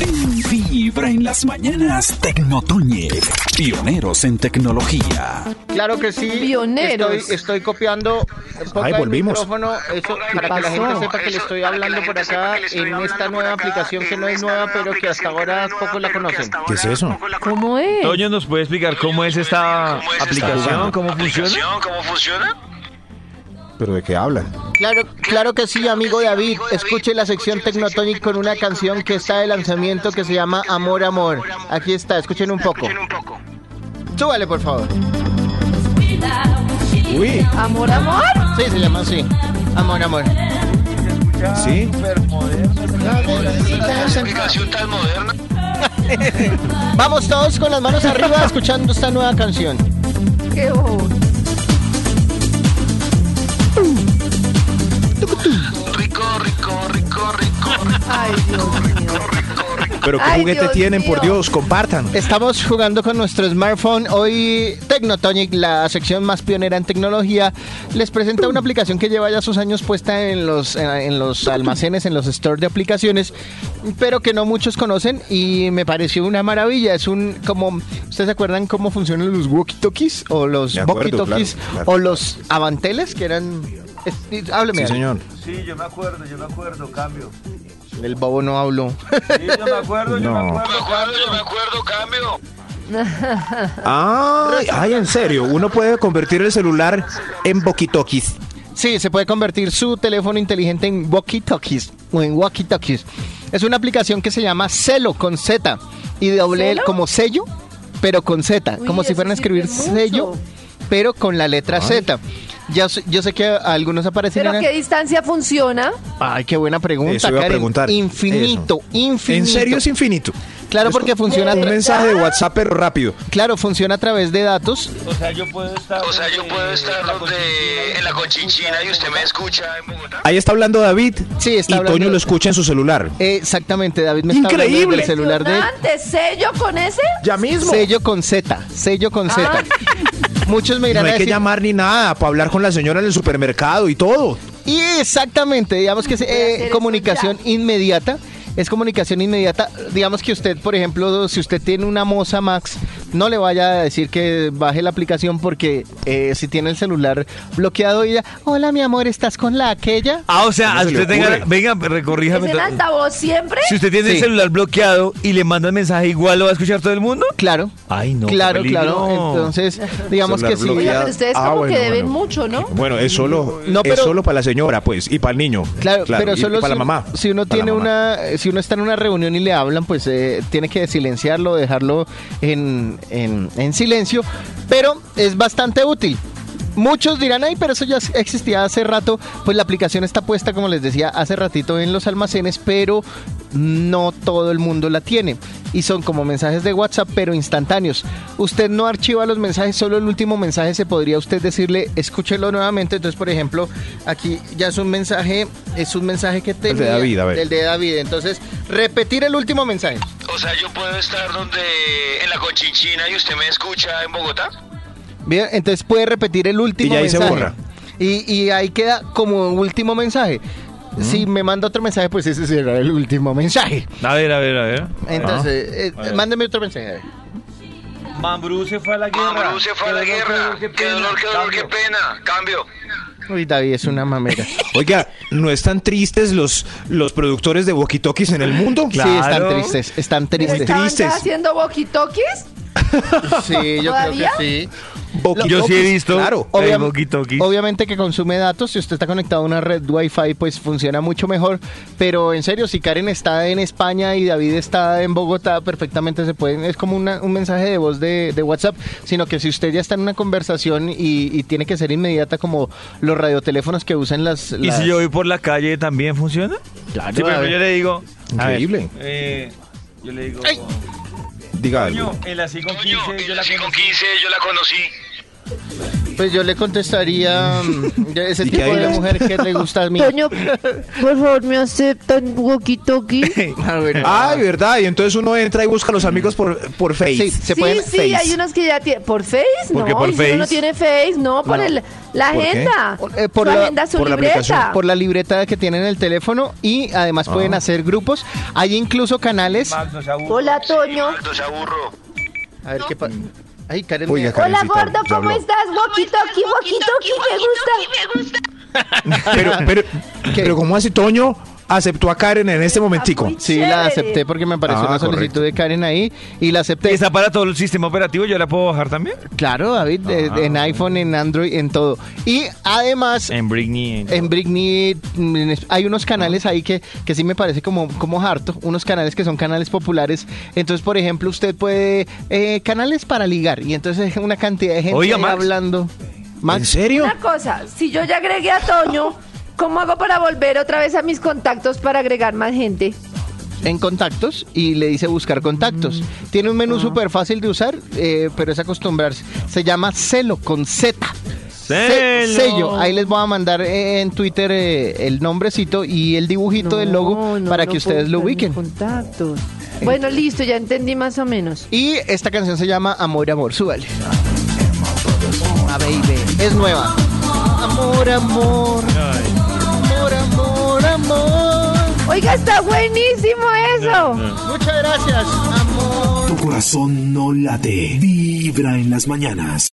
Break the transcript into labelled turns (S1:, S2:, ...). S1: En Vibra en las mañanas, Tecnotoñe, pioneros en tecnología.
S2: Claro que sí.
S3: Pioneros.
S2: Estoy, estoy copiando. Ponga
S4: Ay,
S2: el
S4: volvimos.
S2: micrófono, eso, para que la gente sepa que le estoy hablando por acá en esta nueva aplicación que no es nueva, pero que hasta ahora pocos la conocen.
S4: ¿Qué es eso?
S3: ¿Cómo es?
S5: Toño, ¿nos puede explicar cómo es esta aplicación?
S4: jugando?
S5: ¿Cómo funciona?
S6: ¿Cómo funciona?
S4: ¿Pero de qué hablan?
S2: Claro, claro que sí, amigo David. Escuche la sección Tecnotonic con una canción que está de lanzamiento que se llama Amor, Amor. Aquí está, escuchen un poco.
S6: un poco.
S2: Súbale, por favor.
S4: Uy,
S3: ¿Amor, amor?
S2: Sí, se llama así. Amor, Amor.
S4: sí.
S6: Aplicación tan moderna.
S2: Vamos todos con las manos arriba escuchando esta nueva canción.
S3: ¡Qué bobo!
S6: Rico, rico, rico, rico, rico,
S3: ¡Ay, Dios mío!
S4: Pero qué
S3: Ay,
S4: juguete
S3: Dios
S4: tienen, por
S3: mío.
S4: Dios, compartan.
S2: Estamos jugando con nuestro smartphone. Hoy Tecnotonic, la sección más pionera en tecnología, les presenta una aplicación que lleva ya sus años puesta en los, en, en los almacenes, en los stores de aplicaciones, pero que no muchos conocen y me pareció una maravilla. Es un como, ¿ustedes se acuerdan cómo funcionan los walkie-talkies o los
S4: Me acuerdo,
S2: walkie-talkies
S4: claro, claro.
S2: o los avanteles que eran... es- hábleme.
S4: Sí,
S2: Ale.
S4: señor.
S7: Sí, yo me acuerdo, yo me acuerdo, cambio.
S2: El bobo no habló.
S7: Sí, yo me acuerdo, yo
S4: No.
S7: me
S6: me
S7: acuerdo,
S6: acuerdo, yo me
S7: cambio.
S6: acuerdo, cambio.
S4: Ay, ay, en serio. Uno puede convertir el celular en boquitoquis.
S2: Sí, se puede convertir su teléfono inteligente en walkie-talkies o en walkie-talkies. Es una aplicación que se llama Celo con Z y doble L
S3: ¿Celo?
S2: como sello, pero con Z,
S3: Uy,
S2: como si
S3: eso
S2: fueran a escribir
S3: sirve mucho.
S2: sello, pero con la letra Z. Ya sé- yo sé que a algunos
S3: ¿Pero
S2: aparecieron.
S3: qué distancia funciona?
S2: Ay, qué buena pregunta,
S4: Eso iba a
S2: Karen.
S4: preguntar.
S2: Infinito,
S4: En
S2: infinito.
S4: serio es infinito.
S2: Claro,
S4: Esto-
S2: porque funciona a
S4: Un
S2: tra-
S4: mensaje de WhatsApp, pero rápido.
S2: claro, funciona a través de datos
S7: O sea, yo puedo estar.
S6: O sea, yo puedo estar donde en la cochinchina y usted me escucha en Bogotá.
S4: Ahí está hablando David.
S2: Sí, está
S4: y
S2: hablando-
S4: Toño lo escucha en su celular.
S2: Exactamente, David me está hablando desde
S4: Increíble.
S2: el celular de
S3: Impresionante. sello con ese?
S4: Ya mismo.
S2: sello con Z, sello con Z.
S3: Ah.
S2: Muchos me
S4: No
S2: irán a
S4: hay que
S2: decir,
S4: llamar ni nada para hablar con la señora en el supermercado y todo.
S2: y exactamente, digamos que es eh,
S3: Voy a hacer eso
S2: comunicación inmediata. Es comunicación inmediata. Digamos que usted, por ejemplo, si usted tiene una moza Max, no le vaya a decir que baje la aplicación porque eh, si tiene el celular bloqueado, ella, hola mi amor, ¿estás con la aquella?
S5: Ah, o sea,
S4: ¿Cómo
S5: a
S4: se le
S5: usted tenga,
S4: ocurre?
S5: venga, recorríjame.
S3: ¿Es en altavoz siempre?
S5: Si usted tiene
S2: Sí.
S5: el celular bloqueado y le manda el mensaje, ¿igual lo va a escuchar todo el mundo?
S2: Claro.
S4: ah,
S5: Ay, no, qué
S2: Claro,
S5: peligro.
S2: claro. Entonces, digamos que
S4: Celular
S2: sí.
S3: Oiga,
S4: bloqueado.
S3: pero ustedes
S4: Ah,
S3: como
S4: bueno,
S3: que deben
S4: bueno.
S3: mucho, ¿no?
S4: Bueno, es solo,
S2: No,
S4: es
S2: pero-
S4: solo para la señora, pues, y para el niño.
S2: Claro, pero
S4: y-
S2: solo
S4: y para
S2: si,
S4: la mamá.
S2: si uno
S4: Para la
S2: tiene
S4: mamá.
S2: una, si uno está en una reunión y le hablan, pues eh, tiene que silenciarlo, dejarlo en, en- en silencio, pero es bastante útil. Muchos dirán, ay, pero eso ya existía hace rato. Pues la aplicación está puesta, como les decía, hace ratito en los almacenes, pero no todo el mundo la tiene. Y son como mensajes de WhatsApp, pero instantáneos. Usted no archiva los mensajes, solo el último mensaje se podría usted decirle, escúchelo nuevamente. Entonces, por ejemplo, aquí ya es un mensaje, es un mensaje que te
S4: Pues de David, a ver.
S2: El de David. Entonces, repetir el último mensaje.
S6: O sea, yo puedo estar donde en la cochinchina y usted me escucha en Bogotá.
S2: Bien, entonces puede repetir el último
S4: Y ya ahí se
S2: mensaje.
S4: borra.
S2: Y, y ahí queda como último mensaje. Si me manda otro mensaje, pues ese será el último mensaje.
S5: A ver, a ver, a ver. Ah.
S2: Entonces, eh,
S7: Bueno.
S2: mándeme otro mensaje. a ver.
S7: Mambrú se fue a la guerra.
S6: Mambrú se fue a la
S7: Qué dolor,
S6: guerra. Qué dolor, qué dolor, qué
S7: Cambio.
S6: pena. Cambio.
S2: Uy, David es una mamera.
S4: Oiga, ¿no están tristes los, los productores de walkie-talkies en el mundo?
S2: Sí, están
S5: Claro.
S2: tristes, están tristes.
S3: ¿Estaban
S4: tristes.
S3: ya haciendo walkie-talkies?
S2: Sí, yo creo que
S3: ¿Todavía?
S2: sí.
S4: Walkie-talkies,
S5: Yo sí he visto.
S4: Claro.
S5: Hay
S2: Obviam-
S5: walkie-talkies.
S2: obviamente que consume datos. Si usted está conectado a una red Wi-Fi, pues funciona mucho mejor. Pero en serio, si Karen está en España y David está en Bogotá, perfectamente se pueden. Es como una- un mensaje de voz de, de WhatsApp. Sino que si usted ya está en una conversación y, y tiene que ser inmediata, como los radioteléfonos que usan las.
S5: ¿Y
S2: las-
S5: si yo voy por la calle también funciona?
S2: Claro,
S5: Sí, por
S2: a ver.
S5: ejemplo, yo le digo. a ver,
S4: Increíble.
S7: Eh, yo le digo.
S4: Diga algo.
S7: Coño, en la 5 con
S6: Coño,
S7: 15 yo
S6: en
S7: la
S6: la 5
S7: conocí.
S6: yo la conocí.
S2: Pues yo le contestaría mm, de ese
S4: ¿Y
S2: tipo
S4: qué
S2: de
S4: bailas?
S2: mujer que le gusta a mí.
S3: Toño, por favor, me aceptan walkie-talkie.
S2: Ah, bueno.
S4: Ay, ¿verdad? Y entonces uno entra y busca a los amigos por, por Face.
S2: Sí, se
S3: sí,
S2: pueden
S3: sí,
S2: Face.
S3: hay unas que ya tienen. ¿Por Face?
S5: ¿Por qué
S3: no,
S5: por
S3: y si uno
S5: Face?
S3: no tiene Face, no, por el, la
S4: ¿Por qué?
S3: agenda.
S2: Eh, por
S3: su
S2: la-
S3: agenda, su
S4: por la
S3: libreta.
S4: aplicación,
S2: por la libreta que tienen en el teléfono y además pueden hacer grupos. Hay incluso canales.
S7: Max, no se aburra.
S3: Hola, Toño.
S6: Aldo, se aburro.
S2: A ver qué pa- Ay, Karen.
S4: Oiga,
S2: mira.
S3: Hola,
S4: Karencita,
S3: gordo,
S4: ya
S3: ¿cómo
S4: habló.
S3: estás? Walkie-talkie, walkie-talkie, me gusta.
S4: Pero, pero,
S2: ¿Qué?
S4: pero ¿cómo hace Toño? Aceptó a Karen en este momentico.
S3: Uy,
S2: Sí,
S3: Chévere.
S2: la acepté porque me apareció
S4: Ah,
S2: una solicitud
S4: correcto.
S2: de Karen ahí y la acepté.
S5: ¿Está para todo el sistema operativo? ¿Yo la puedo bajar también?
S2: Claro, David, eh, en iPhone, en Android, en todo. Y además,
S5: En Britney. en-
S2: en Britney mm, en es- hay unos canales ahí que, que sí me parece como, como harto, unos canales que son canales populares. Entonces, por ejemplo, usted puede... eh, canales para ligar y entonces una cantidad de gente
S5: Oiga,
S2: ahí
S5: Max.
S2: hablando. Max,
S4: ¿En serio?
S3: Una cosa, si yo ya agregué a Toño, ¿cómo hago para volver otra vez a mis contactos para agregar más gente?
S2: en contactos y le dice buscar contactos.
S3: Mm.
S2: Tiene un
S3: Ah.
S2: menú súper fácil de usar, eh, pero es acostumbrarse. Se llama Celo con Z. Se-
S5: Celo.
S2: Sello, ahí les voy a mandar eh, en Twitter eh, el nombrecito y el dibujito del logo
S3: No, no,
S2: para
S3: no
S2: que ustedes lo
S3: puedo buscar
S2: ubiquen.
S3: mis Contactos. Bueno, listo, ya entendí más o menos.
S2: Y esta canción se llama Amor, Amor, súbale. Ah, baby. Es nueva. Amor, amor. Amor, amor, amor.
S3: Oiga, está buenísimo eso.
S2: Muchas gracias. Amor.
S1: Tu corazón no late, vibra en las mañanas.